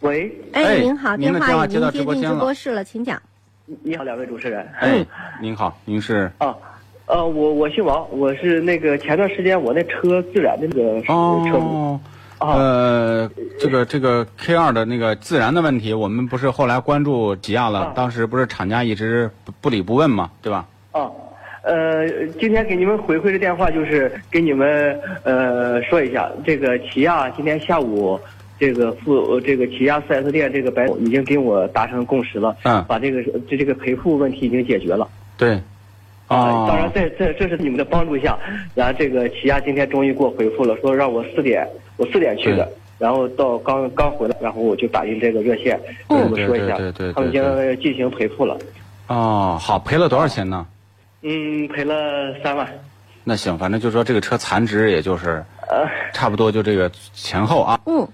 喂，哎哎，您好，您的电话话已接到经直接播进间直了播室了，请讲。你好，两位主持人。”。哎，您好，您是？啊，呃，我我姓王，我是那个前段时间我那车自燃的那个车主。哦，啊呃，这个这个 K 二的那个自燃的问题，我们不是后来关注起亚了啊，当时不是厂家一直不不理不问嘛，对吧？啊，呃，今天给你们回馈的电话就是给你们呃说一下，这个起亚今天下午。这个付呃这个起亚 4S 店这个白已经跟我达成共识了，嗯把这个这这个赔付问题已经解决了。对，啊，当然哦，在在这是你们的帮助下，然后这个起亚今天终于给我回复了，说让我四点，我四点去的对，然后到刚刚回来，然后我就打进这个热线对跟我们说一下嗯对对对对，他们已经进行赔付了，哦，好，赔了多少钱呢？嗯，赔了三万，那行，反正就说这个车残值，也就是呃，差不多就这个前后啊。嗯，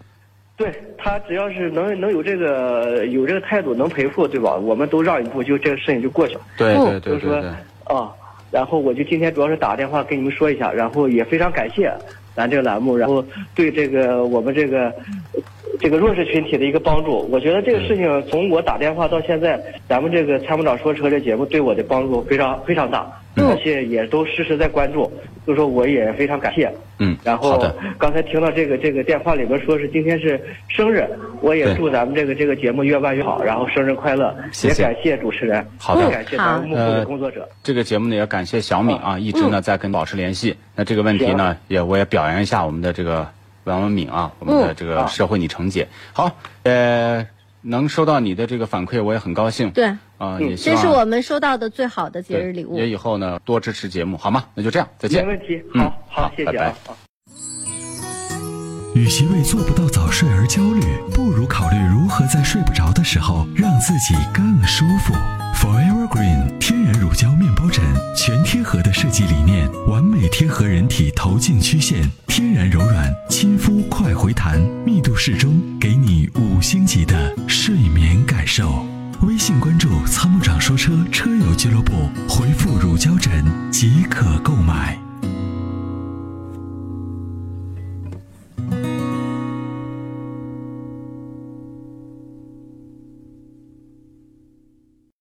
对他只要是能能有这个有这个态度能赔付，对吧？我们都让一步，就这个事情就过去了。对嗯对就对是对说对，啊，然后我就今天主要是打电话跟你们说一下，然后也非常感谢咱这个栏目，然后对这个我们这个呃这个弱势群体的一个帮助。我觉得这个事嗯情从我打电话到现在，咱们这个参谋长说车这节目对我的帮助非常非常大，嗯而且也都时时在关注，就说我也非常感谢。嗯，然好后的，刚才听到这个这个电话里边说是今天是生日，我也对祝咱们这个这个节目越办越好，然后生日快乐！谢谢也感谢主持人，好的呃也感谢咱们幕后好的工作者。这个节目呢也感谢小米哦啊，一直嗯呢在跟保持联系。那这个问题呢，也我也表扬一下我们的这个王文敏嗯啊，我们的这个社会女程姐。好，呃，能收到你的这个反馈，我也很高兴。对，啊，嗯也希这望是我们收到的最好的节对日礼物也。以后呢多支持节目，好吗？那就这样，再见没。问题，嗯好好好，谢谢拜拜啊。好与其为做不到早睡而焦虑，不如考虑如何在睡不着的时候让自己更舒服。Forever Green 天然乳胶面包枕，全贴合的设计理念，完美贴合人体头颈曲线，天然柔软，亲肤快回弹，密度适中，给你五星级的睡眠感受。微信关注“参谋长说车”车友俱乐部，回复“乳胶枕”即可购买。